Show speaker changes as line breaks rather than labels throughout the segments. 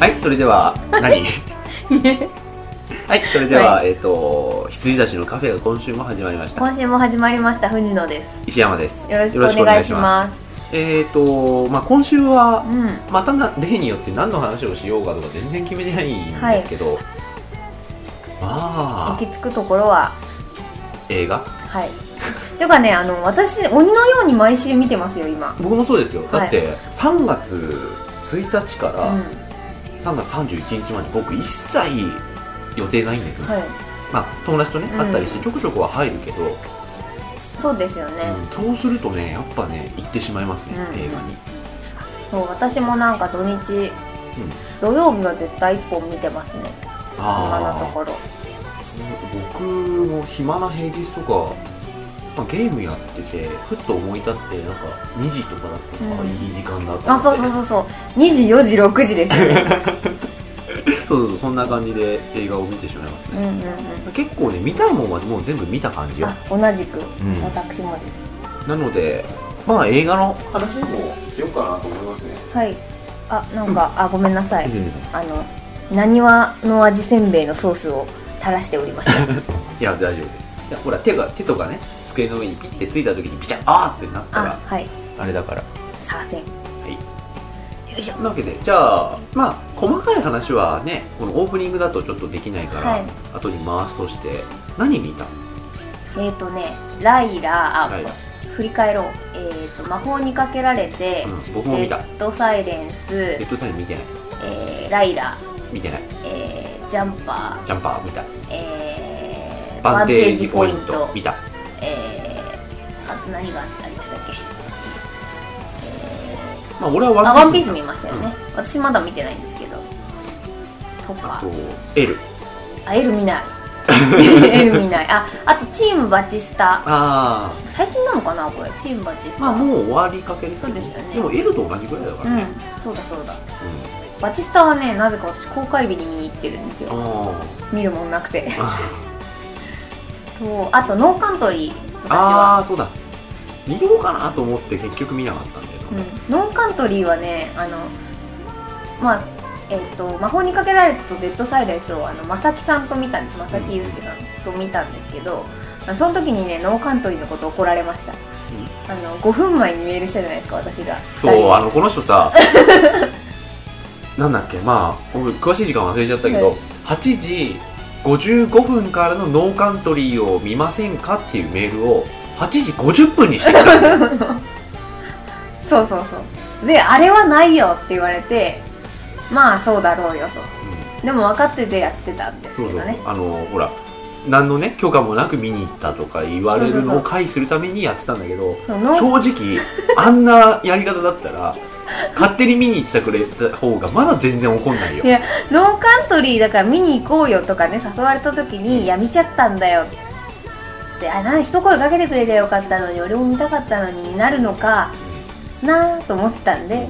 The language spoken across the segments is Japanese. はいそれでは 何はいそれでは、えっ、と羊たちのカフェが今週も始まりました
今週も始まりました藤野です
石山です
よろしくお願いします
すえっ、とまあ今週は
うん
またな例によって何の話をしようかとか全然決めてないんですけど、
行
まあ
き着くところは
映画
はい ていうかねあの私鬼のように毎週見てますよ今
僕もそうですよ
はい
だって3月1日か
うん
ら3月31日まで僕一切予定ないんですよ、
はい
まあ友達とね
うん
会ったりしてちょくちょくは入るけど、
そうですよね、
うんそうするとねやっぱね行ってしまいますね、
うん
映画に
そう私もなんか土日、土曜日は絶対一本見てますね今のと
あ
ころ
あ僕も暇な平日とか、まあ、ゲームやっててふっと思い立ってなんか2時とかだったのが、
うん
いい時間だった
あそうそうそうそう2時4時6時ですよね
そうそうそうそんな感じで映画を見てしまいます
うんう
ね、
んうん
結構ね見たいもんはもう全部見た感じよ
あ同じく、
ん
私もです
なのでまあ映画の話でもしようかなと思いますね
はいあなんか、あごめんなさい、
い
あのなにわの味せんべいのソースを垂らしておりました
や大丈夫ですいやほら手が手とかね机の上にピッてついた時にピチャッ あーってなった
あ
ら
はい
あれだから
さあせん
はい
よいしょ
なわけでじゃあまあ細かい話はねこのオープニングだとちょっとできないから、
はい
後に回すとして何見た
えっ、ー、とねライラあ、
ライラ
振り返ろうえっ、ー、と魔法にかけられて、
うん僕も見た
デッドサイレンス、
レ
え
ッドサイン見てない
ー、ライラ、
見てない
えー、ジャンパ
ジャンパー見た
ー、えー、
バンテージポイント
バンテージ
見た
えー、あと何がありましたっけ
まあ俺は
あ、ワンピー
ス
ス見ましたよね、私まだ見てないんですけどとか
とエル
あエル 見ないエル見ないああとチームバチスタ
ああ
最近なのかなこれチームバチスタ
まあもう終わりかけですけど
そうですよね
でもエルと同じぐらいだか
う
ら
ん
ね、
そうだそうだ
うん
バチスタはねなぜか私公開日に見に行ってるんですよ
あ
見るもんなくて
ーあ
とあとノーカントリー私は
あーそうだ見ようかなと思って結局見なかったんだよな、
うん、ノーカントリーはねあのまあえっ、と「魔法にかけられた」と「デッドサイレンスを」あの正木さんと見たんです正木祐介さんと見たんですけど、まあ、その時にねノーカントリーのこと怒られました、あの5分前にメールしたじゃないですか私が
そうあ
の
のこの人さ なんだっけまあ僕詳しい時間忘れちゃったけど、
はい
8時55分からのノーカントリーを見ませんかっていうメールを8時50分にして きたの
そうそうそうであれはないよって言われてまあそうだろうよとでも分かっててやってたんです
そ
け
う
ど
そう
ね
あのほら何のね許可もなく見に行ったとか言われるのを回避するためにやってたんだけど
そうノー
正直あんなやり方だったら勝手に見に行ってたくれた方がまだ全然怒んないよ
いやノーカントリーだから見に行こうよとかね誘われた時に「いや見ちゃったんだよ」って「あな一声かけてくれりゃよかったのに俺も見たかったのに」なるのかなあと思ってたんで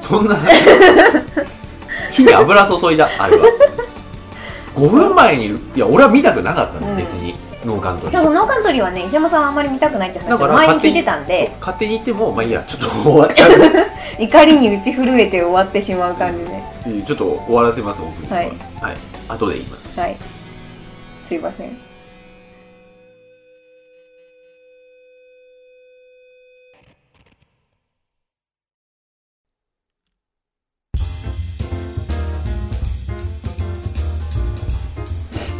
そんな 火に油注いだあれは5分前にいや俺は見たくなかったの、
うん
別にノーカントリ
でも
ー
ノーカントリーはね石山さんはあんまり見たくないって
だ
話
か
を
ら
前に
勝
聞
手
い
に
てたんで
勝手に言ってもまあいいやちょっと終わっちゃ う
怒りに打ち震えて終わってしまう感じで、
うんちょっと終わらせますオープニングは
は
はいい、後で言います
はいすいません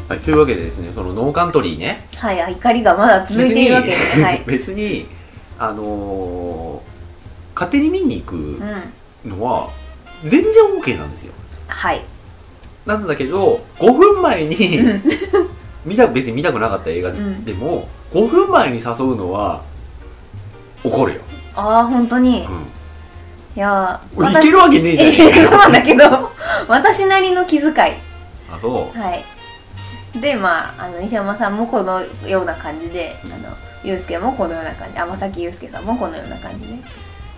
はいというわけでですねそのノーカントリーね
はいあ怒りがまだ続いているわけです ねはい
別にあのー勝手に見に行
う
く
ん
のは全然 OK なんですよ
はい
なんだけど5分前に
うん
見た別に見たくなかった映画
ん
でも、5分前に誘うのは怒るよ、
ああ本当に
う
いやー
ん、いけるわけねえじゃねえ
えそう
かよ
なんだけど私なりの気遣いは
あそ
いでまああの石山さんもこのような感じであの祐介もこのような感じ天崎祐介さんもこのような感じで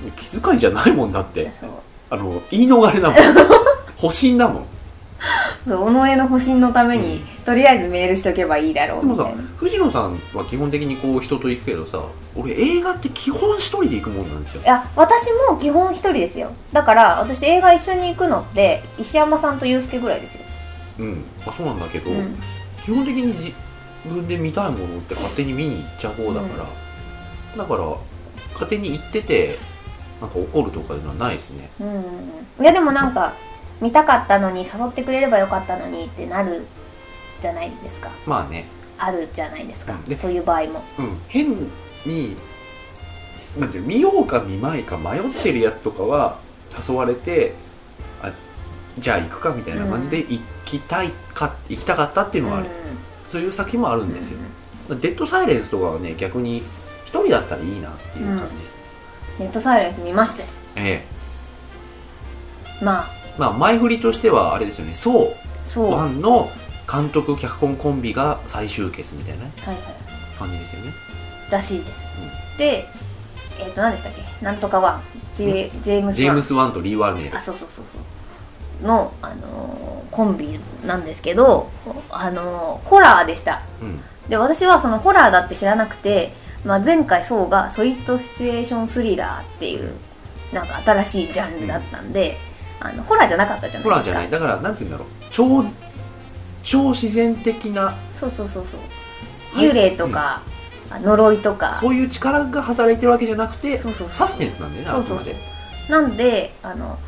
う気遣いじゃないもんだって
そう
あ の言い逃れだもん保身だもん
そう己の保身のため
う
に、
ん
時とりあえずメールしとけばいいだろう
でも
みた
さ
いな
藤野さんは基本的にこう人と行くけどさ俺映画って基本一人で行くもんなんですよ
いや私も基本一人ですよだから私映画一緒に行くのって石山さんと祐介ぐらいですよ、
うんあそうなんだけど、
うん、
基本的に自分で見たいものって勝手に見に行っちゃう方だから、だから勝手に行っててなんか怒るとかいうのはないですね
うんいやでもなんか見たかったのに誘ってくれればよかったのにってなるじゃないですか
まあね
あるじゃないですか
うんで
そういう場合も
うん変になんていうの見ようか見まいか迷ってるやつとかは誘われてあじゃあ行くかみたいな感じで行きたいか、行きたかったっていうのはある、そういう先もあるんですよ、デッドサイレンスとかはね逆に一人だったらいいなっていう感じ、
ネットサイレンス見ましたよ
え
まあ
えまあ前振りとしてはあれですよねそう
そう
ワ
はい
ンの監督脚本コンビが最終決みたいな
はい
感じですよね
らしいです、でえっ、と何でしたっけなんとかはジェジェームス・
ジェー
ワン
ムス・ワンとリー・ワルネル
あそうそうそうそうの、あのーコンビなんですけど、あのーホラーでした
うん
で私はそのホラーだって知らなくて、まあ、前回そうがソリッドシチュエーションスリラーっていうなんか新しいジャンルだったんで、あのホラーじゃなかったじゃ
ホ
ない
ラー
です
じゃ
か
ないだからなんて言うんだろう超超自然的な
そうそうそうそう
はい
幽霊とか、あ呪いとか
そういう力が働いてるわけじゃなくて
そうそうそ
サ
う
スペンスなんだよね
そう
あ
そ
く
う
ま
そう
で
なんであの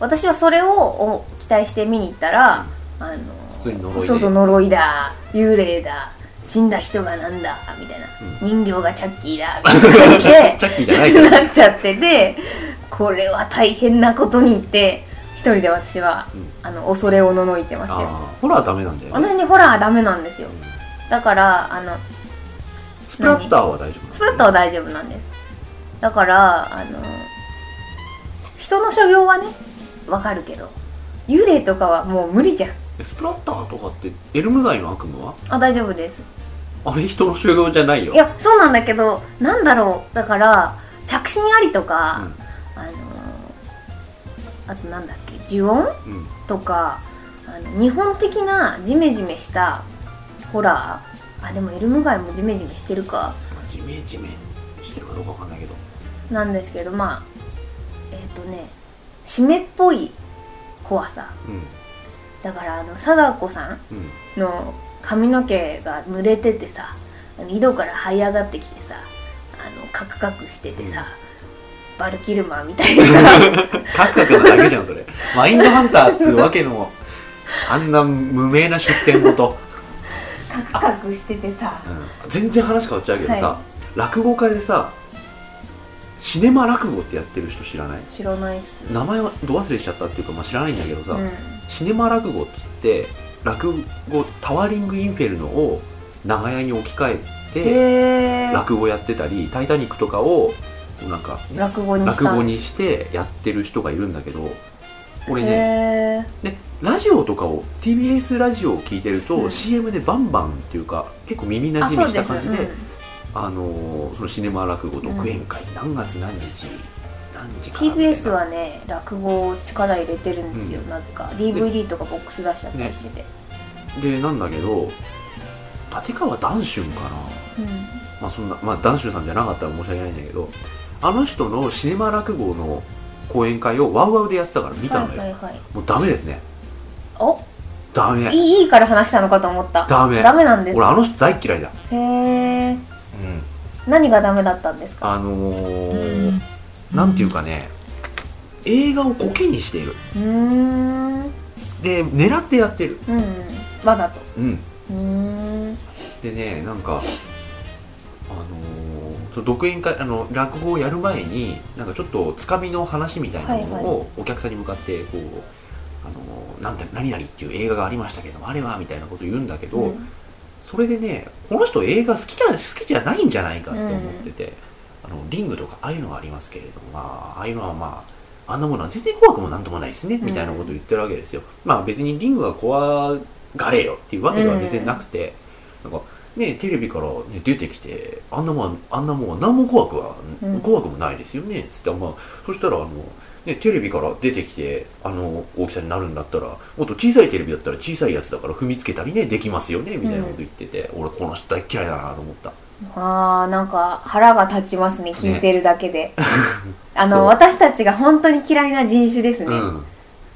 私はそれをお期待して見に行ったらあの
普通に呪いで
そうそう呪いだ幽霊だ死んだ人がなんだみたいな、人形がチャッキーだみたいな感じで
チャッキーじゃ ないけど
なっちゃってでこれは大変なことにって一人で私は、
うん
あの恐れおののいてましたよ
あーホラーはダメなんだよね
私にホラーはダメなんですよだからあの
スプラッターは大丈夫
スプラッターは大丈夫なんですだからあの人の所業はねわかるけど幽霊とかはもう無理じゃん
ースプラッターとかってエルム街の悪夢は
あ大丈夫です
あれ人の修行じゃないよ
いやそうなんだけどなんだろうだから着信ありとか、あのあとなんだっけ呪音
うん、うん
とかあの日本的なジメジメしたホラーあでもエルム街もジメジメしてるか
まあ、ジメジメしてるかどうかわかんないけど
なんですけどまあえっ、とね湿っぽい怖さ
う
だからあの貞子さ
んうん
んの髪の毛が濡れててさあの井戸から這い上がってきてさあのカクカクしててさ、バルキルマーみたいなさ
カクカクなだけじゃんそれマインドハンターっつうわけのあんな無名な出店元、
カクカクしててさ
うん、全然話変わっちゃうけどさ、
は
落語家でさシネマ落語ってやってる人知らない
知らないっす
名前はど忘れしちゃったっていうか、まあ、知らないんだけどさ、
うん
シネマ落語っつって落語タワリングインフェルノを長屋に置き換えて
へえ
落語やってたり「タイタニック」とかをなんか
落語にした
落語にしてやってる人がいるんだけど俺ね
ね
でラジオとかを TBS ラジオを聞いてると、
うん
CM でバンバンっていうか結構耳な
あ
じみ
そう
し
で
た
す
感じで
うん
あのーそのシネマ落語独演会、何月何日何時からみたいな
TBS はね落語を力入れてるんですよ、
うん
なぜか DVD とかボックス出しちゃったりしてて、
でなんだけど立川談春かなまあそんなまあ談春さんじゃなかったら申し訳ないんだけどあの人のシネマ落語の講演会をワウワウでやってたから見たのよ、
はいはいはい
もうダメですね
お
ダメ
いいいいから話したのかと思った
ダメ
ダメなんです
俺あの人大っ嫌いだ
へえ
うん
何がダメだったんですか
あのーなんていうかね映画をコケにしている
うーんうん
で狙ってやってる
わざと
うん
うーん
でねなんかあのーそう独演会あの落語をやる前になんかちょっとつかみの話みたいなもの
は
をお客さんに向かってこう「あのーなんて何々」っていう映画がありましたけどあれはみたいなこと言うんだけど、
うん
それでねこの人映画好きじゃ好きじゃないんじゃないかって思ってて、あのリングとかああいうのがありますけれどもまあああいうのはまああんなものは全然怖くもなんともないですね、みたいなことを言ってるわけですよまあ別にリングが怖がれよっていうわけでは全然なくて、なんかねテレビから、ね、出てきてあんなもんあんなもんは何も怖くは、
うん
怖くもないですよねっつってまあそしたらあのね、テレビから出てきてあの大きさになるんだったらもっと小さいテレビだったら小さいやつだから踏みつけたりねできますよねみたいなこと言ってて、俺この人大嫌いだなと思った
あーなんか腹が立ちますね聞いてるだけで、あ
そう
の私たちが本当に嫌いな人種ですね、
うん、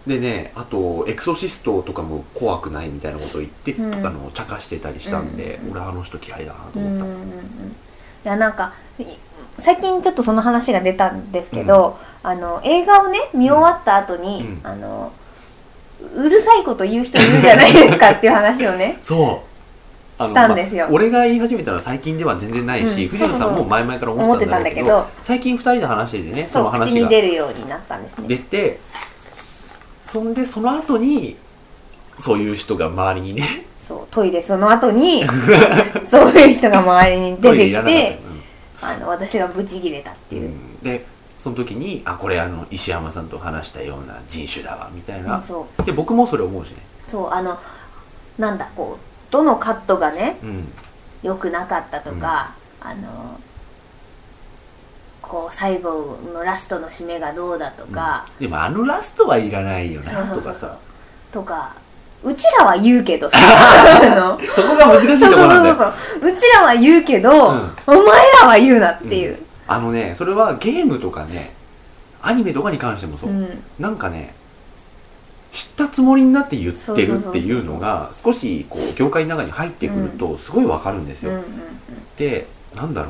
でねあと「エクソシスト」とかも怖くないみたいなことを言って、
うん
あの茶化してたりしたんで、
うん
俺あの人嫌いだなと
うん
思
う
った、
んうんいやなんかい最近ちょっとその話が出たんですけど、あの映画をね見終わった後に、
うん
あのうるさいこと言う人いるじゃないですかっていう話をね
そうあの
したんですよ
まあ俺が言い始めたのは最近では全然ないし、
うん
藤野さん
そうそうそ
も
う
前々から
思
思
っ
って
て
たん
たん
だ
だ
け
け
ど
ど
最近2人で話しててね そ
そ
の
う口
話
に
が
出るようになったんですね
出てそんでその後にそういう人が周りにね
そうトイレその 後にそういう人が周りに出
トイレ
て
いら
き
なかったよ
てあの私がブチギレたって
うん
いうう、
んでその時にあこれあの石山さんと話したような人種だわみたいな、
そう
で僕もそれ思うしね
そうあのなんだこうどのカットがね
うん
良くなかったとか、あのこう最後のラストの締めがどうだとか、
でもあのラストはいらないよな
そうそ
と
うそう
かさ
とかうちらは言うけ どさあの
そこが難しい
そう
とこ
そ
ろ
う
なんだ
そう
よ
そううちらは言うけど、お前らは言うなっていう、
あのねそれはゲームとかねアニメとかに関してもそうう、
ん
なんかね知ったつもりになって言
そ
っ
う
て
そうそ
るっ
うそう
ていうのが少しこう業界の中に入ってくるとすごいわかるんです
う
よ、
んうん
でなんだろ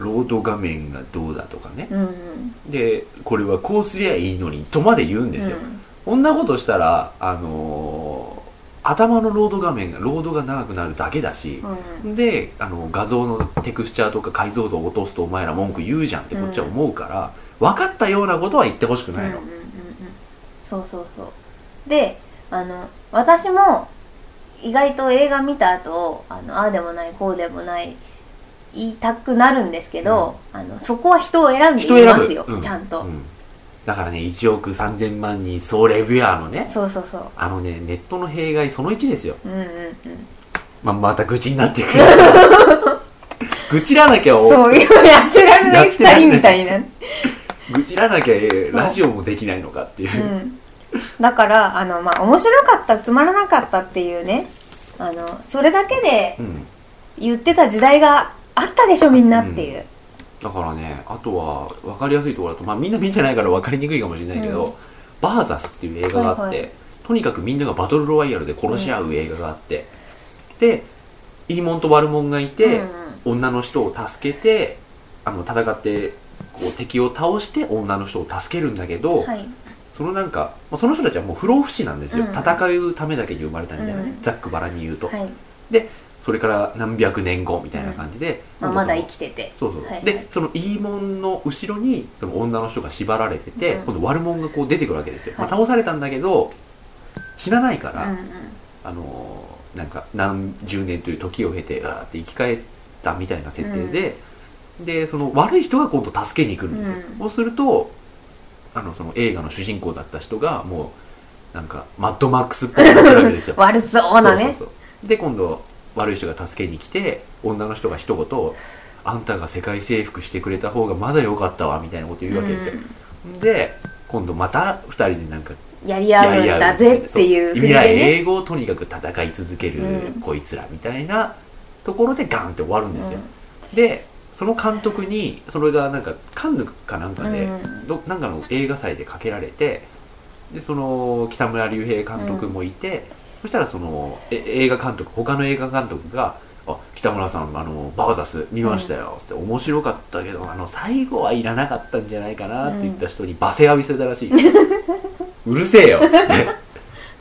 うロード画面がどうだとかね
うんうんうん
でこれはこうすりゃいいのにとまで言うんですよ、こんなことしたらあのー頭のロード画面がロードが長くなるだけだし、
うんうん
であの画像のテクスチャーとか解像度を落とすとお前ら文句言うじゃんってこっちは思うから、分かったようなことは言ってほしくないの、
うんうんうんうんそうそうそうであの私も意外と映画見た後あのああでもないこうでもない言いたくなるんですけど、あのそこは人を選んで
人
言い
選
ますよ、
ぶ、う
ちゃんと、
うだからね1億3000万人総レビュアーのね
そうそうそう
あのねネットの弊害その1ですよ、
うんうんうん
まあ、また愚痴になってくる 愚痴らなきゃお
そういうのやってられない二人みたいな、
愚痴らなきゃえラジオもできないのかっていう、
うん、だからあのまあ面白かったつまらなかったっていうねあのそれだけで
うん
言ってた時代があったでしょみんなっていう、
だからねあとは分かりやすいところだと、まあ、みんな見てないから分かりにくいかもしれないけど「
うん
バーザス」っていう映画があって、
はいは
とにかくみんながバトルロワイヤルで殺し合う映画があって、でいいもんと悪もんがいて、
うんうん
女の人を助けてあの戦ってこう敵を倒して女の人を助けるんだけど、
はい
そのなんか、まあ、その人たちはもう不老不死なんですよ、
うん
戦うためだけに生まれたみたいなね、
うん
ざっくばらに言うと、
はい
それから何百年後みたいな感じで、
まあ、
今
ま
度そ
だ
の
生きてて
そうそう、
はいはい
でそのいいもんの後ろにその女の人が縛られてて、
うん
今度悪者がこう出てくるわけですよ、
は
ま
い
あ、倒されたんだけど死なないから、
うんうん
あのーなんか何十年という時を経てうわーって生き返ったみたいな設定で、でその悪い人が今度助けに来るんですよ、
うん
そうするとあのその映画の主人公だった人がもうなんかマッドマックスっぽくなってるわけ ですよ
悪そうなね
そうそうそうで今度悪い人が助けに来て女の人が一言「あんたが世界征服してくれた方がまだ良かったわ」みたいなこと言うわけですよ、で今度また2人でなんか
うんやり合うんだぜってい
そ
うふ
う
り
未
で
来
ね
英語をとにかく戦い続ける
うん
こいつらみたいなところでガンって終わるんですよ、
う
でその監督にそれがなんかカンヌかなんかで、
うん
どなんかの映画祭でかけられてでその北村隆平監督もいて、そしたらそのえ映画監督他の映画監督が「あ北村さんあのバーザス見ましたよ」つって、面白かったけどあの最後はいらなかったんじゃないかな」って言った人に罵声浴びせたらしい ようるせえよ」つって。
ん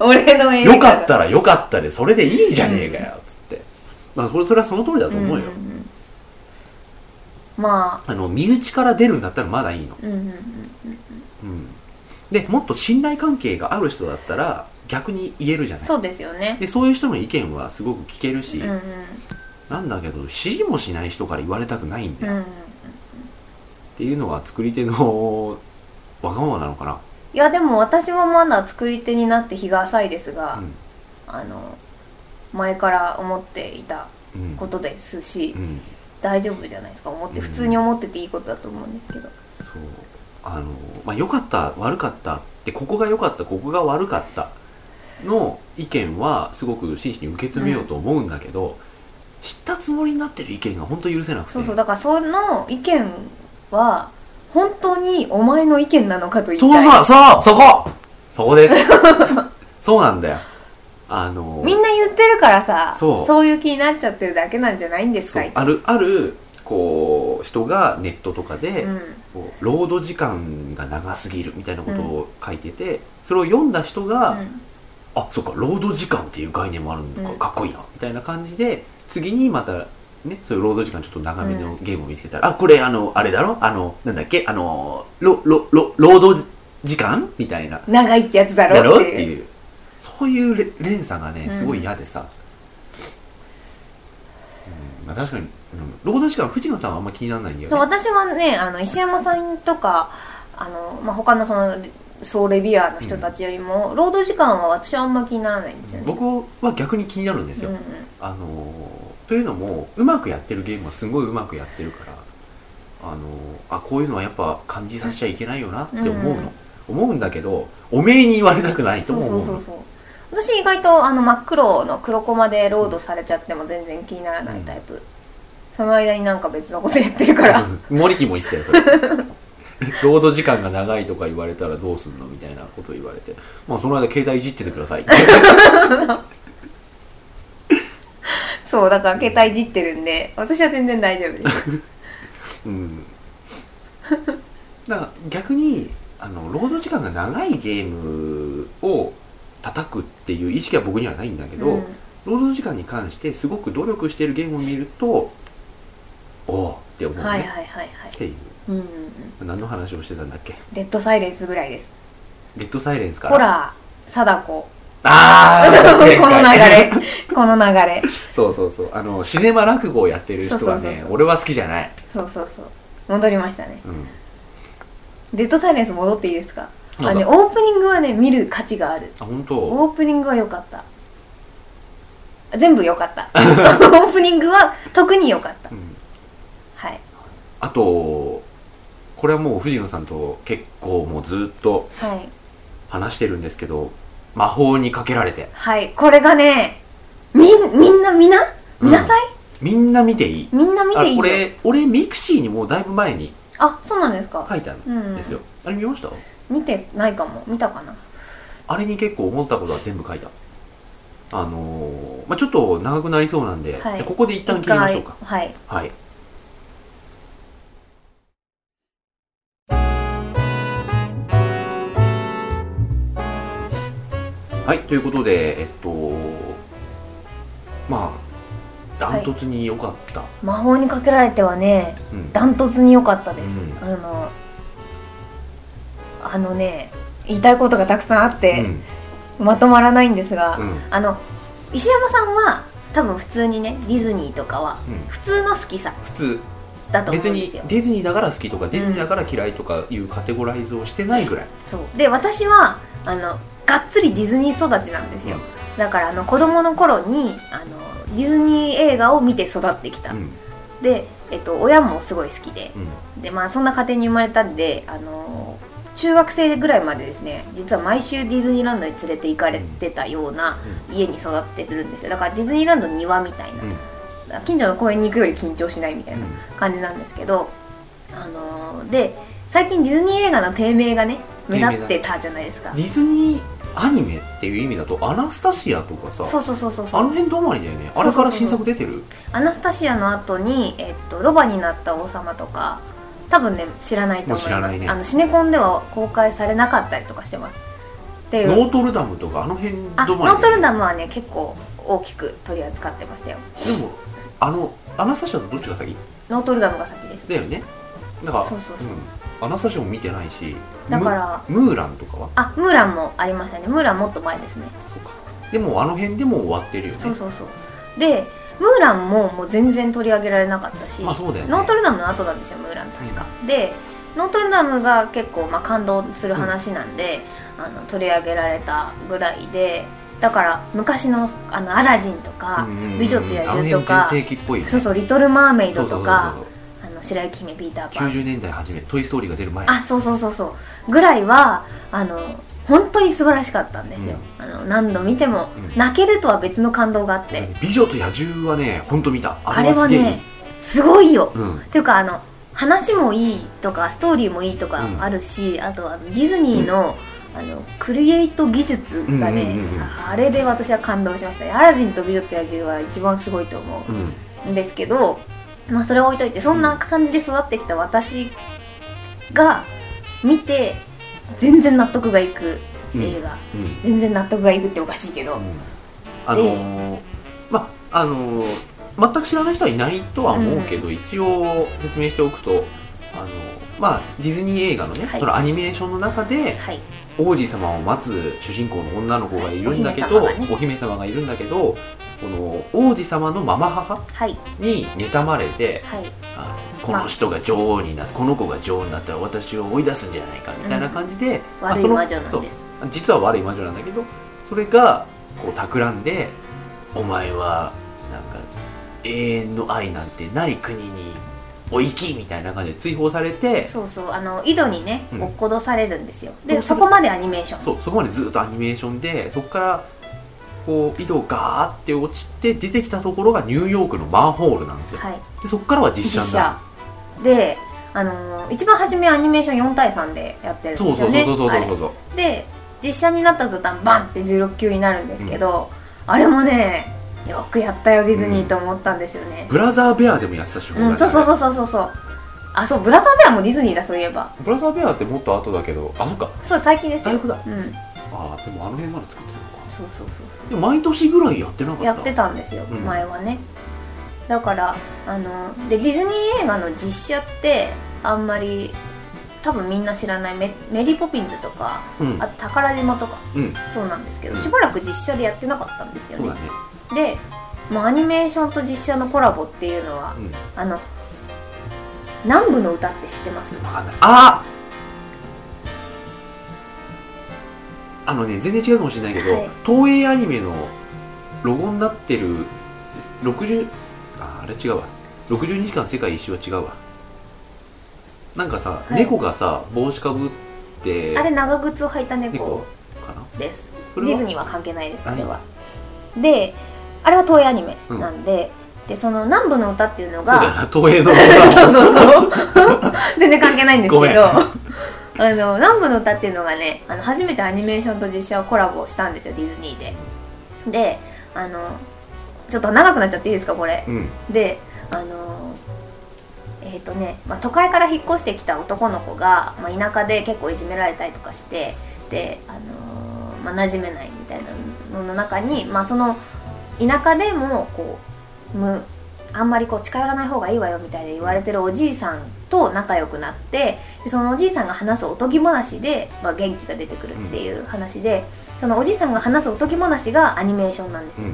俺の映画
よかったらよかったでそれでいいじゃねえかよつって、まあそれそれはその通りだと思うよ、
んんんまあ
あの身内から出るんだったらまだいいの、
うんうんうん
うん、でもっと信頼関係がある人だったら逆に言えるじゃない
そうですよね
でそういう人の意見はすごく聞けるし、
うんうん
なんだけど知りもしない人から言われたくないんだ
う
よ、っ
んうん
ていうのは作り手のわがままなのかない
やでも私はまだ作り手になって日が浅いですが、
うん
あの前から思っていた
うん
ことですし、
うん
大丈夫じゃないですか思って普通に思ってていいことだと思うんですけど、
そうあの、まあ、良かった悪かったってここが良かったここが悪かったの意見はすごく真摯に受け止めようと思うんだけど、知ったつもりになってる意見が本当許せなくて
そうそうだからその意見は本当にお前の意見なのかと言い
そう
たい
そうそうそこそこです そうなんだよあの
みんな言ってるからさ
そう
いう気になっちゃってるだけなんじゃないんですか
そうあるあるこう人がネットとかで、
うん
こう労働時間が長すぎるみたいなことを書いてて、それを読んだ人が、
うん
あそっか労働時間っていう概念もあるのか、
うん
かっこいいなみたいな感じで次にまたねそういう労働時間ちょっと長めのゲームを見つけたら、あこれあのあれだろあのなんだっけあのろろろ労働時間みたいな
長いってやつだ
だ
ろ
ろ
う
っ
って
て
いう
いうそういうれ連鎖がねすごい嫌でさ、うんまあ、確かに、うん労働時間藤野さんはあんま気にならないんだよ
そう
ね
私はねあの石山さんとかあの、まあ、他のその総レビュアーの人たちよりも、労働時間は私はあんま気にならないんですよね
僕は逆に気になるんですよ、
うんうん
あのーというのもうまくやってるゲームはすごいうまくやってるからあのーあこういうのはやっぱ感じさせちゃいけないよなって思うの、思うんだけどおめえに言われたくないと
そう
も思
そうう
の
そうそう私意外とあの真っ黒の黒コマでロードされちゃっても全然気にならないタイプ、その間になんか別のことやってるから
モリキも言ってたよそれ ロード時間が長いとか言われたらどうすんのみたいなこと言われてまあその間携帯いじっててくださ い
そうだから携帯いじってるんで私は全然大丈夫です
うんだから逆にあの労働時間が長いゲームを叩くっていう意識は僕にはないんだけど、
うん
労働時間に関してすごく努力しているゲームを見るとおおって思うね、
はいはいはいはい、
っていう
うんうんうん、
何の話をしてたんだっけ
デッドサイレンスぐらいです
デッドサイレンスから
ホラー貞子こ
ああ
の流れこの流れ
そうそうそうあのシネマ落語をやってる人はね
そうそうそう
俺は好きじゃない、
そうそうそう戻りましたね
うん、
デッドサイレンス戻っていいですか
どう
あ
ぞ
ねオープニングはね見る価値がある
あ本当
オープニングは良かった全部良かった オープニングは特に良かった
うん
はい
あとこれはもう藤野さんと結構もうずっと
はい
話してるんですけど魔法にかけられて
はいこれがねみみんなみな
うん
見なさい、
みんな見ていい
みんな見てい
あ
いよ
これ俺ミクシーにもうだいぶ前に
あそうなんですか、
書いたん
うん
ですよ、あれ見ました
見てないかも見たかな
あれに結構思ったことは全部書いた。あのーまあ、ちょっと長くなりそうなんで、
はい
でここで一旦切りましょうか。
一回はい
はい。はい、ということで、えっと、まあ、ダントツに良かった。
魔法にかけられてはね
うん
ダントツに良かったです、
うん
あのあのね言いたいことがたくさんあって、まとまらないんですが、
うん、うん、
あの石山さんは多分普通にねディズニーとかは
うん。
普通の好きさ
普通、
だと思
別
うん
に
ですよ
ディズニーだから好きとか、ディズニーだから嫌いとかいうカテゴライズをしてないぐらい。
そうで私はあのがっつりディズニー育ちなんですよ、
うん
だからあの子供の頃にあのディズニー映画を見て育ってきた、
うん、
で、えっと、親もすごい好きで
うん。
でまあそんな家庭に生まれたんであの中学生ぐらいまでですね実は毎週ディズニーランドに連れて行かれてたような家に育ってるんですよだからディズニーランドの庭みたいな
うん、うん、
近所の公園に行くより緊張しないみたいな
うん
感じなんですけど、あのーで最近ディズニー映画の低迷がね目立ってたじゃないですか
ディズニーアニメっていう意味だとアナスタシアとかさ
そうそうそうそう
あ
そ
の
う
辺止まりだよね
そ
あ
うそうそ
れか
う
ら新作出てる
アナスタシアの後に、えっと、ロバになった王様とか多分ね知らないと思います
もう知らないね
あのシネコンでは公開されなかったりとかしてますっていう
ノートルダムとかあの辺止
あノ
ま
ー
りだ
トル
よね
ダムはね結構大きく取り扱ってましたよ
でもあのアナスタシアとどっちが先
ノートルダムが先です
だよねだから
そうそうそう
うんアナスタシアも見てないし
だから
ムムーランとかは
あムーランもありましたねムーランもっと前ですね
そうかでもあの辺でもう終わってるよね
そうそうそうでムーランももう全然取り上げられなかったし、
まあそうだよね
ノートルダムの後なんですよムーラン確か、でノートルダムが結構まあ感動する話なんで、あの取り上げられたぐらいでだから昔のあのアラジンとか、
うんうんうん
美女と野獣と
あの
か、
辺全盛期っぽいよね
そうそうリトル・マーメイドとか
そうそうそう
あのの白雪姫ピーターパン
90年代初めトイ・ストーリーが出る前
あそうそうそうそうぐらいはあの本当に素晴らしかったんですよ、あの何度見ても、
うん
泣けるとは別の感動があって、
美女と野獣はね本当見た
あ
あ
れ
れは
は
すげえいい
ねすごいよ
うん
っていうかあの話もいいとかストーリーもいいとか
うん
あるし、あとはディズニーの,、あのクリエイト技術がね、
うんうんうんうん
あれで私は感動しましたね「アラジンと美女と野獣」は一番すごいと思
うん
うんですけど、まあ、それは置いといてそんな感じで育ってきた私が見て全然納得がいく
うん
映画、
うん
全然納得がいくっておかしいけど、
あのーまあのー全く知らない人はいないとは思うけど、一応説明しておくとあのーまあディズニー映画のね、
はい
そのアニメーションの中で
はい
王子様を待つ主人公の女の子がいるんだけ
お
ど、
姫様がね
お姫様がいるんだけどこの王子様のママ母
はい
に妬まれて
はい
あのこの人が女王になってこの子が女王になったら私を追い出すんじゃないかみたいな感じで、まあ
悪い
その
魔女な
そ
ん
う
です
実は悪い魔女なんだけどそれがこう企んで「お前はなんか永遠の愛なんてない国にお行き」みたいな感じで追放されて
そうそうあの井戸にね
うん
落っことされるんですよ、
そ
で
うそ
そ
れ
こまでアニメーション
そうそこまでずっとアニメーションでそこからこう井戸がーって落ちて出てきたところがニューヨークのマンホールなんですよ
はい
でそこからは実
実
写にな
写であのー一番初めアニメーション4対3でやって
る
るん
そう
です
そ
よ
う
ね
そうそう
あ
そう
れ
そうそう
で実写になった途端バンって16級になるんですけど、あれもねよくやったよディズニーと思ったんですよね、
ブラザーベアでもやってた手法
うん
だね
そうそうそうそうそうそうあそうブラザーベアもディズニーだそういえば
ブラザーベアってもっと後だけどあそっか
そう最近です
だい
よ
ぶだ
うん
ああでもあの辺まで作ってたのか
そうそうそうそう
でも毎年ぐらいやってなかった
やってたんですよ、
うん
前はねだからあのでディズニー映画の実写ってあんまり多分みんな知らないメメリー・ポピンズとか
うん
あと宝島とか
うん
そうなんですけど
うん
しばらく実写でやってなかったんですよ
そう
ね
だね
で、まあ、アニメーションと実写のコラボっていうのは
うん
あの南部の歌って知ってます
わかんないあああのね全然違うかもしれないけど、
はい
東映アニメのロゴになってる60ああれ違うわ62時間世界一周は違うわなんかさ、
はい
猫がさ帽子かぶって
あれ長靴を履いた猫
猫かな
です
そ
デ
れは
ィズニーは関係ないですあれは
あ
であれは東映アニメなんで、でその南部の歌っていうの
そうだよ
が
な東映の
そうそうそう全然関係ないんです
ご
け
めん
どあの南部の歌っていうのがねあの初めてアニメーションと実写をコラボしたんですよディズニーでであのちょっと長くなっちゃっていいですかこれ
うん
であのえっ、とね、まあ、都会から引っ越してきた男の子が、まあ、田舎で結構いじめられたりとかしてで、あのまあ、馴染めないみたいなのの中に、まあ、その田舎でもこうむあんまりこう近寄らない方がいいわよみたいで言われてるおじいさんと仲良くなってでそのおじいさんが話すおとぎ話で、まあ、元気が出てくるっていう話で、そのおじいさんが話すおとぎ話がアニメーションなんです
う
よ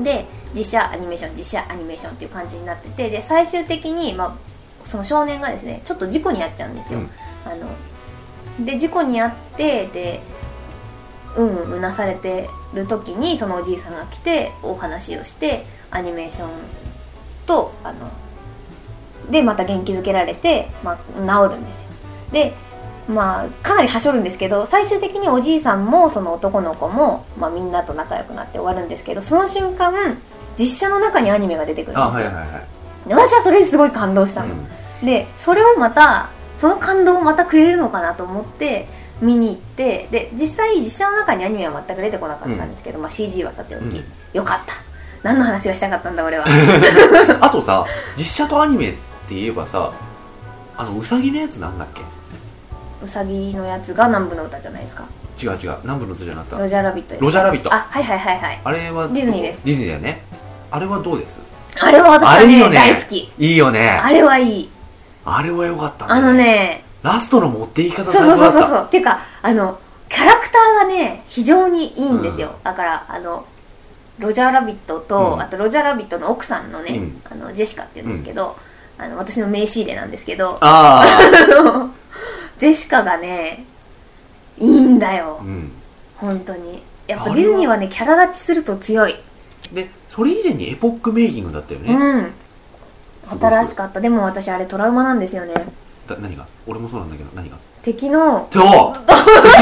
ん
で実写アニメーション実写アニメーションっていう感じになっててで最終的に、まあ、その少年がですねちょっと事故に遭っちゃうんですよ。
うん
あので事故に遭ってでうんうんうなされてる時にそのおじいさんが来てお話をしてアニメーションとあのでまた元気づけられて、まあ、治るんですよ。でまあかなりはしょるんですけど最終的におじいさんもその男の子も、まあ、みんなと仲良くなって終わるんですけどその瞬間実写の中にアニメが出てくるんですよ
あ、はいはいはい
で私はそれですごい感動したの、でそれをまたその感動をまたくれるのかなと思って見に行ってで実際実写の中にアニメは全く出てこなかったんですけど、まあ、CG はさておき、
うん
よかった何の話がしたかったんだ俺 は
うんあとさ実写とアニメって言えばさあのウサギのやつなんだっけ
うさぎのやつが南部の歌じゃないですか
違う違う南部の図じゃなかった
ロジャーラビットです
ロジャーラビット
あはいはいはいはい
あれは
ディズニーです
ディズニーだよねあれはどうです
あれは私は
あれいい
ね
よね
大好き
いいよね
あれはいい
あれは良かったんだ
あ
よ
のね
ラストの持っていき方
そうそうそうそう
う
そうっていうかあのキャラクターがね非常にいいんですよ、だからあのロジャーラビットと、
うん
あとロジャーラビットの奥さんのね、
うん
あのジェシカって言うんですけど、あの私の名刺入れなんですけど
あ
あのジェシカがねいいんだよ
あ、うん、
本当にやっ
あれ
ぱ
は
ディズニーはねキャラ立ちすると強い、
でそれ以前にエポックメイキングだったよね、
うん
すごく
新しかったでも私あれトラウマなんですよね
だ何が俺もそうなんだけど何が
敵の
そう敵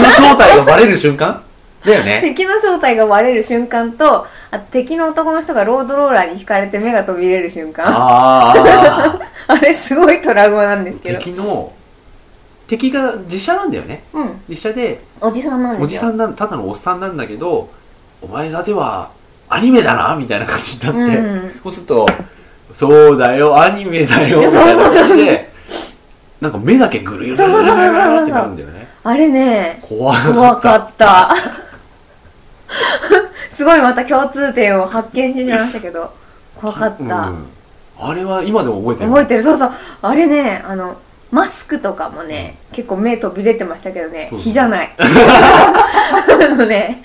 の正体がバレる瞬間だよね
敵の正体が割れる瞬間とあと敵の男の人がロードローラーに引かれて目が飛び出る瞬間あ
ああ
れすごいトラウマなんですけど
敵の敵が実写なんだよね
うん
実写で
おじさんなん
お
で
じ
す
さ
よ
んなんただのおっさんなんだけどお前座ではアニメだなみたいな感じになって、
うん
そうするとそうだよアニメだよみたいな感じでなんか目だけぐるぐるぐるぐるぐるってなるんだよね
あれね
怖
怖か
っ
った すごいまた共通点を発見してしまいましたけど怖かった、
うんあれは今でも覚えてる
覚えてるそうそうあれねあのマスクとかもね結構目飛び出てましたけどね
そうそう
火じゃない あのね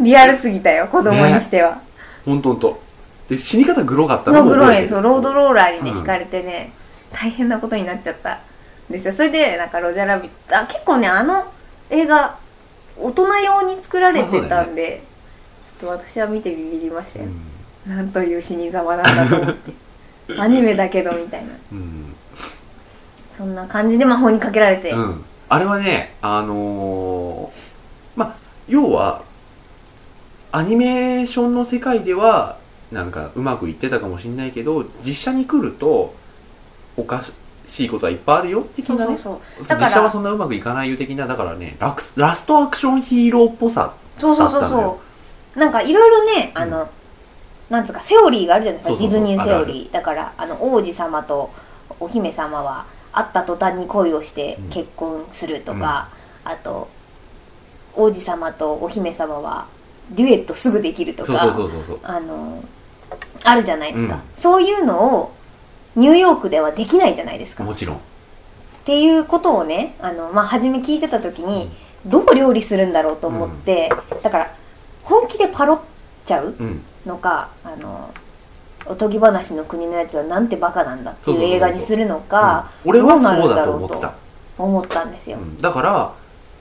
リアルすぎたよ子供にしては、
ほんとほんとで死に方グロかった
の
も
グロ
覚えて
い
る
そうロードローラーにね
うん
引かれてね、大変なことになっちゃったんですよそれでなんかロジャーラビットあ結構ねあの映画大人用に作られて
まあ
た
そ
んで、ちょっと私は見てビビりました
う
よ、
ん
なんという死に様なんだと思って アニメだけどみたいな
うん
そんな感じで魔法にかけられて、
うん、あれはね、あのーまあ、要は、アニメーションの世界では、なんかうまくいってたかもしれないけど、実写に来ると、おかしいことはいっぱいあるよ、的
そう
な
そう
ね。
そうだから
実写はそんなうまくいかないよ、的な。だからねラク、ラストアクションヒーローっぽさ。
そうそう
あっ
そ
た
う
のよ
そうなんかいろいろね
うん
あの、なんつうかセオリーがあるじゃないです
そ
か
うそうそう
ディズニーセオリーだからあの王子様とお姫様は会った途端に恋をして
うん
結婚するとか、あと王子様とお姫様はデュエットすぐできるとか
そうそうそうそうそう。
あのあるじゃないですか、
うん
そういうのをニューヨークではできないじゃないですか、
もちろん。
っていうことをねあの、まあ、初め聞いてた時にどう料理するんだろうと思って、だから本気でパロっちゃう
うん。
のかあのおとぎ話の国のやつはなんてバカなんだっていう映画にするのか
うん俺は
どうなる
そ
ん
うだ
だ
と
ろう
思ってた。
思ったんですよ。
うんだから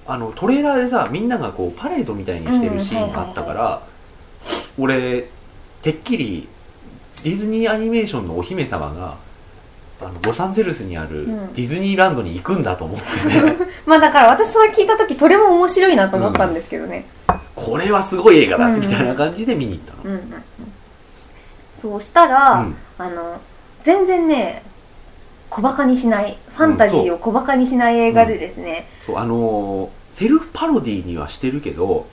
あのトレーラーでさみんながこうパレードみたいにしてるシーンがあったから、俺てっきりディズニーアニメーションのお姫様があのロサンゼルスにあるデ
ん
ィズニーランドに行くんだと思ってね、
まあだから私それ聞いた時それも面白いなと思ったんですけどね。
これはすごい映画だ
うん
みたいな感じで見に行ったの。
うんうんうん、そうしたら、
うん
あの全然ね小バカにしないファンタジーを小バカにしない映画でですね、
そうあのーセルフパロディにはしてるけど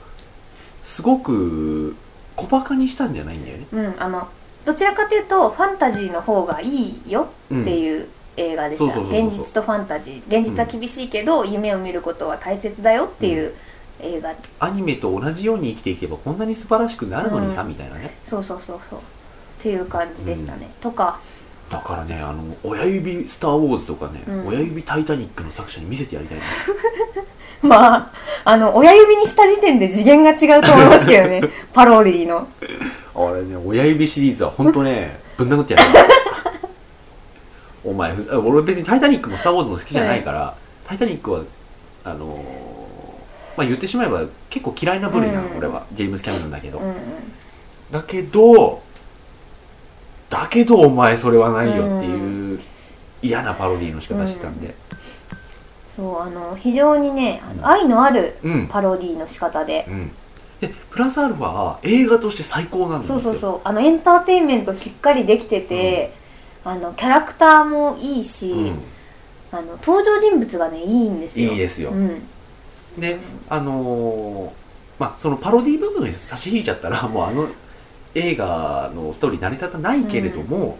すごく小バカにしたんじゃないんだよね。
うん、あのどちらかというとファンタジーの方がいいよ
うん
っていう映画でした、
そうそうそうそう
現実とファンタジー現実は厳しいけど、夢を見ることは大切だよっていう映画、
アニメと同じように生きていけばこんなに素晴らしくなるのにさ、
うん
みたいなね。
そうそうそうそうっていう感じでしたね、とか
だからねあの親指「スター・ウォーズ」とかね、
うん
親指「タイタニック」の作者に見せてやりたいな
まああの親指にした時点で次元が違うと思いますけど ねパロディの
あれね親指シリーズは本当ね ぶん殴ってやるお前ふざ俺別に「タイタニック」も「スター・ウォーズ」も好きじゃないから「タイタニックは」あのーまあ言ってしまえば結構嫌いな部類なの、
うん
俺はジェームス・キャメロンだけど、
うんうん
だけどだけどお前それはないよっていう嫌なパロディの仕方してたんで
そうあの非常にねあ
うん
の愛のある
うん、
パロディの仕方で
うんでプラスアルファは映画として最高なんです
そ
よ
うそうそうあのエンターテインメントしっかりできてて、あのキャラクターもいいし、
うん
あの登場人物がねいいんですよ
いいですよ、
うん、
であのーまあそのパロディ部分に差し引いちゃったら もうあの映画のストーリー成り立たないけれども、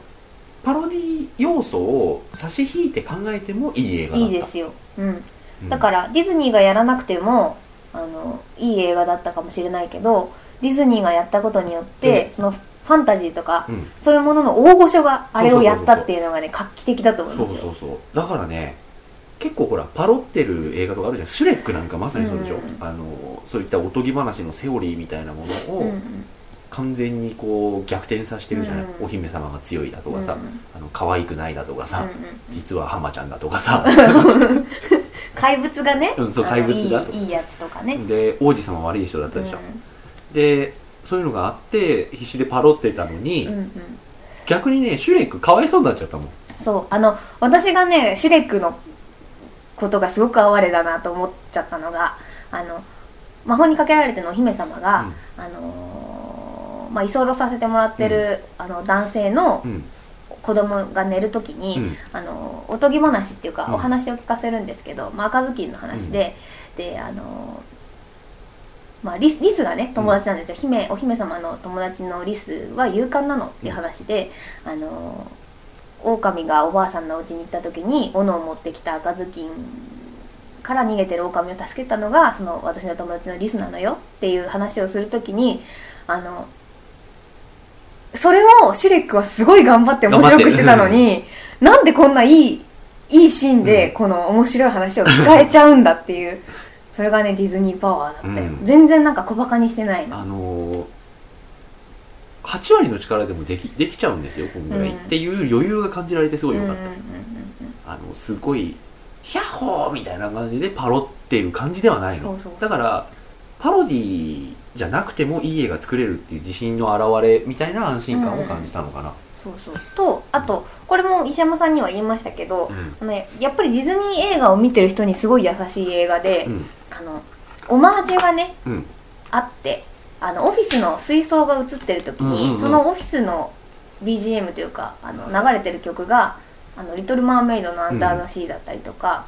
パロディ要素を差し引いて考えてもいい映画だっ
いい
た
ですよ、うん、
うん
だからディズニーがやらなくてもあのいい映画だったかもしれないけどディズニーがやったことによって、そのファンタジーとか、
うん
そういうものの大御所があれをや
そうそう
った
そうそう
っていうのがね画期的だと思い
そ
ま
う
すよ
そうそうだからね結構ほらパロってる映画とかあるじゃんシュレックなんかまさにそうでしょ、
うん
あのーそういったおとぎ話のセオリーみたいなもの
うんう
を
ん
完全にこう逆転させてるじゃない、
うん
お姫様が強いだとかさ、
うんうん
あの可愛くないだとかさ、
うんうん
実はハマちゃんだとか さ
怪物がね、
うんそう
あの
怪物が
いいいいやつとかね
で王子様悪い人だったでしょ、
う
でそういうのがあって必死でパロってたのに、
んうんうん
逆にねシュレックかわいそうになっちゃったもん
そうあの私がねシュレックのことがすごく哀れだなと思っちゃったのがあの魔法にかけられてのお姫様が、あのーまあ居候させてもらってる、あの男性の
うん
子供が寝る時に、
うん
あのおとぎ話っていうか、
うん
お話を聞かせるんですけど、まあ、赤ずきんの話で、であのまあ、リスリスがね友達なんですよ、姫お姫様の友達のリスは勇敢なのっていう話で、あの狼がおばあさんのお家に行った時に斧を持ってきた赤ずきんから逃げてる狼を助けたのがその私の友達のリスなのよっていう話をする時にあのそれをシュレックはすごい頑張って面白くしてたのになんでこんないいいいシーンでこの面白い話を使えちゃうんだっていうそれがねディズニーパワーだったよ、
うん
全然なんか小バカにしてないの
あのー、8割の力でもできできちゃうんですよこんぐらい、
うん
っていう余裕が感じられてすごい良かった、
うんうん
あのすごい「ヒャッホー!」みたいな感じでパロっていう感じではないの
そうそう
だからパロディじゃなくてもいい映画作れるっていう自信の表れみたいな安心感を感じたのかな、
そうそうとあとこれも石山さんには言いましたけど、
うん
あのやっぱりディズニー映画を見てる人にすごい優しい映画で、
うん
あのオマージュがね
うん
あってあのオフィスの水槽が映ってる時に、
うんうんうん
そのオフィスの BGM というかあの流れてる曲が「あのリトル・マーメイドのアンダー・ザ・シー」だったりとか、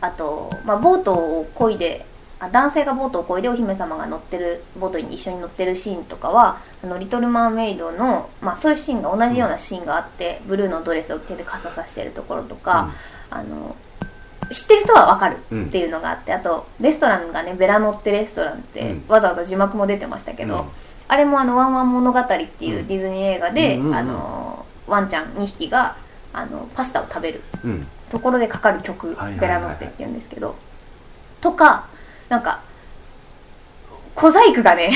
あと、まあ、ボートを漕いであ男性がボートを漕いでお姫様が乗ってるボートに一緒に乗ってるシーンとかは「あのリトル・マーメイドの」まあ、そういうシーンが同じようなシーンがあって、ブルーのドレスを着てて傘さしてるところとか、あの知ってる人はわかるっていうのがあって、あとレストランがねベラノってレストランって、
うん
わざわざ字幕も出てましたけど、
うん
あれもあの「ワンワン物語」っていううんディズニー映画で、
うんうんうん
あのワンちゃん2匹があのパスタを食べる
うん
ところでかかる
は
曲
いはいはいは
「
い
ベラノって」っていうんですけどとかなんか小細工 がね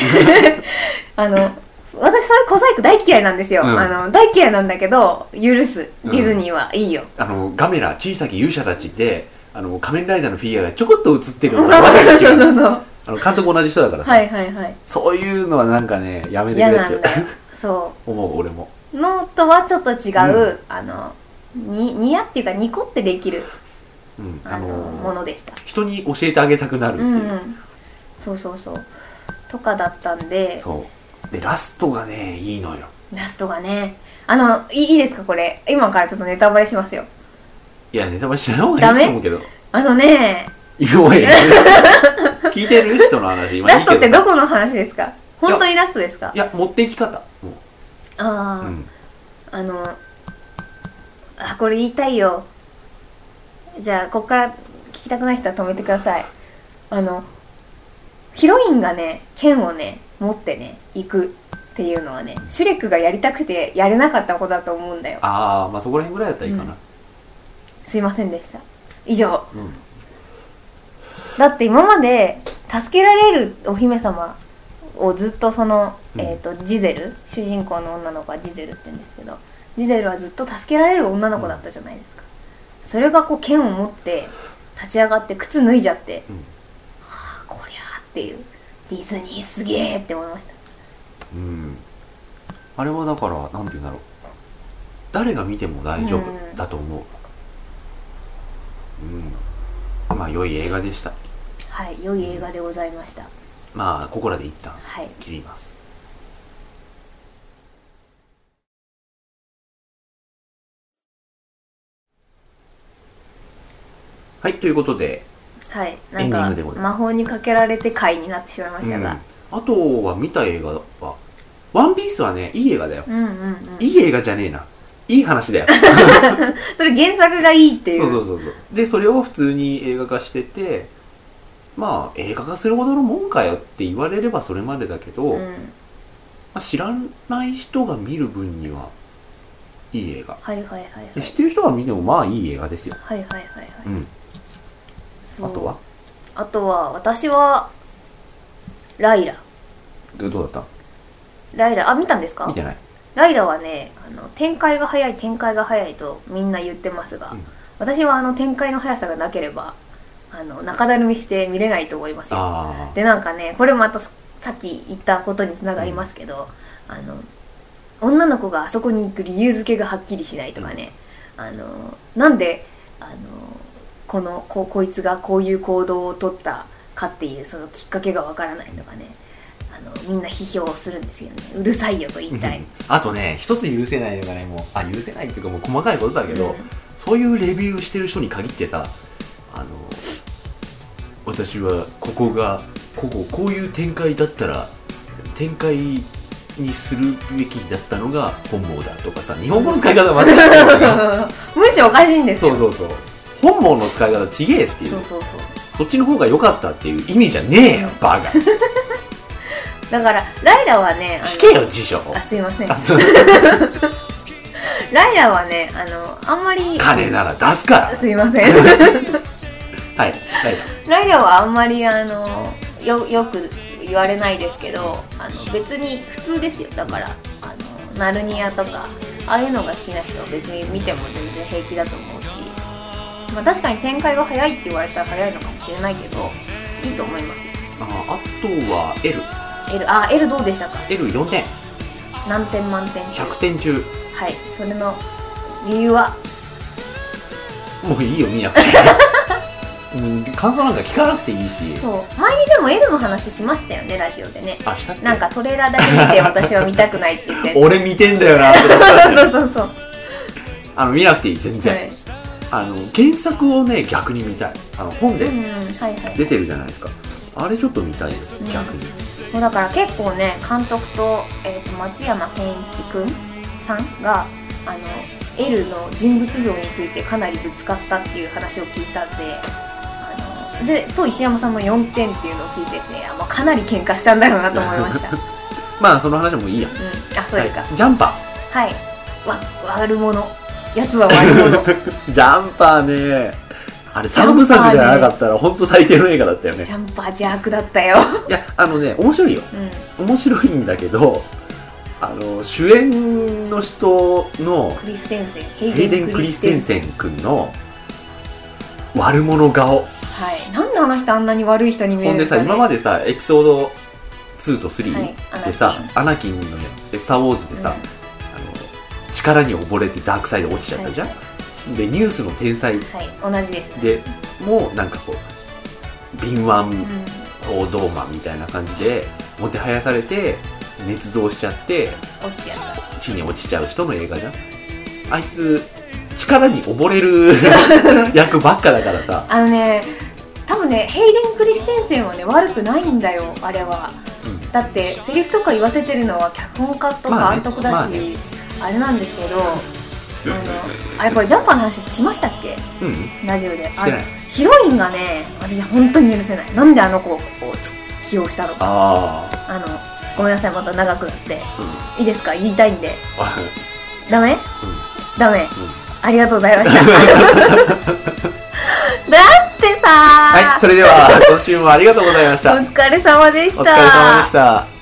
あの私そういう小細工大嫌いなんですよ、
うん
あの大嫌いなんだけど許すディズニーはいいよ、
あのガメラ小さき勇者たちであの仮面ライダーのフィギュアがちょこっと映ってる
そ
の
う
がわけが
そう
違う
そ うそう
あの監督同じ人だからさ、
はいはいはい
そういうのはなんかねやめて
嫌
くれ
なん
っ
だよ
て
そう
思う俺も
のとはちょっと違う、
う
あのににやっていうかニコってできる
うん
あ
あ
の、
の
ものでした
人に教えてあげたくなるって
う
い
ん
う、
うんそうそうそうとかだったんで
そうでラストがねいいのよ
ラストがねあのいいいいですかこれ今からちょっとネタバレしますよ
いやネタバレしない方がいいと思うけど
あのね
今は聞いてる人の話今
ラ
いい
ストって
けど
ど
さ
この話ですか本当にラストですか
いや持っていき方も
あ
う、
あ、
うん、
あのあこれ言いたいよじゃあこっから聞きたくない人は止めてくださいあのヒロインがね剣をね持ってね行くっていうのはねシュレックがやりたくてやれなかったことだと思うんだよ
ああまあそこら辺ぐらいだったらいいかな
すいませんでした以上
うん、
だって今まで助けられるお姫様をずっとその、
うん
えー、とジゼル主人公の女の子はジゼルって言うんですけどジゼルはずっと助けられる女の子だったじゃないですか、それがこう剣を持って立ち上がって靴脱いじゃって、
うん
はあこりゃあっていうディズニーすげえって思いました
うん、あれはだからなんて言うんだろう誰が見ても大丈夫
うん
だと思ううん、まあ良い映画でした
はい良い映画でございました
まあここらで一旦
はい
切りますはいということで
はい
エンディン
な
グ
ん
でござ
か
い
魔法にかけられて回になってしまいましたが、
うん、あとは見た映画は「ワンピースはねいい映画だよ、
うん、うんうん
いい映画じゃねえないい話だよ
それ原作がいいっていう
そうそうそうそうでそれを普通に映画化しててまあ映画化するほどのもんかよって言われればそれまでだけど、
う
ま
ん
あ、知らない人が見る分にはいい映画
はいはいはいはい
で知ってる人が見てもまあいい映画ですよ、
はいはいはいはい、
うん、
そ
あ
う
とは
あとは私はライラ
どうだっ
ライラあ見たんです
た
か
見てない
ライラはねあの展開が早い展開が早いとみんな言ってますが、
うん
私はあの展開の速さがなければあの中だるみして見れないと思いますよ
ああ
でなんかねこれまたささっき言ったことにつながりますけど、あの女の子があそこに行く理由付けがはっきりしないとかね、あのなんであのこのここいつがこういう行動をとったかっていうそのきっかけがわからないとかねあのみんな批評するんですよねうるさいよと言いたい。
あとね一つ許せないのがねもうあ許せないっていうかもう細かいことだけど、
うん
そういうレビューしてる人に限ってさあの私はここがこここういう展開だったら展開にするべきだったのが本望だとかさ日本語の使い方間違ってる よね
文章おかしいんです
そう
よ
そうそう本望の使い方ちげえっていう
そ
そう
そうそう
っちの方が良かったっていう意味じゃねえよバカ聞
だからライラはねあの
けよ辞書
あすいません
あそう
ライラはねあのあんまり
金なら出すから
すいません
はいはい
ライラはあんまりあのよよく言われないですけどあの別に普通ですよだからあのナルニアとかああいうのが好きな人は別に見ても全然平気だと思うし、まあ、確かに展開が早いって言われたら早いのかもしれないけどいいと思います
ああとは L
L あ L どうでしたか
L4 点
何点満点中
100点中
はいそれの理由は
もういいよ見なくてうん感想なんか聞かなくていいし
そう前にでも L の話しましたよねラジオでね
あしたっけ
なんかトレーラーだけ見て私は見たくないって言って
俺見てんだよ なって
そうそうそう
あの見なくていい全
そう、
然、
はい
あの原作をね逆に見たいあの本で
うんうんはいはい
出てるじゃないですかあれちょっと見たいよ
うん
逆に、
もうだから結構ね監督と,、えー、と松山ケンイチ君さんがあの L の人物像についてかなりぶつかったっていう話を聞いたんであのでと石山さんの4点っていうのを聞いてですねあまあかなり喧嘩したんだろうなと思い ました、うん、
まあその話もいいや
あそうですか
はいジャンパ
はい、わ悪者やつは悪者
ー ジャンパーねあれ3部作じゃなかったら本当最低の映画だったよね
ジャンパー邪悪だったよ、
いやあのね面白いよ
うん、
面白いんだけどあの主演の人の
クリステンセン
ヘイデン・クリステンセン君の悪者顔、
はいなんであの人あんなに悪い人に見え
ほん
るん
で
です
さ
か、ね、
今までさエピソード2と3、
はいあの
でさアナキンのね「スター・ウォーズ」でさ、あの力に溺れてダークサイド落ちちゃったじゃん、
は
でニュースの天才
はい同じです、
でもうなんかこう敏
うん
腕王道マンみたいな感じでもてはやされて捏造しちゃって
落ちちゃった
地に落ちちゃう人の映画じゃんあいつ力に溺れ る役ばっかだからさ、
あのね多分ねヘイデン・クリステンセンはね悪くないんだよあれは
うん
だってセリフとか言わせてるのは脚本家と
まあ
か
ね
監督だし、
ま
あ
あね
れなんですけど あのあれこれジャンパーの話しましたっけ
うん、
ラジオで
してない
あのヒロインがね私本当に許せないなんであの子を起用したのか
あ
あのごめんなさいまた長くなって
あ、うん
いいですか言いたいんで
あ、
ダメ、ダメ、ありがとうございました だって さー
はい、それでは今週もありがとうございました。
お疲れ様でし
お
た
疲れ様でした。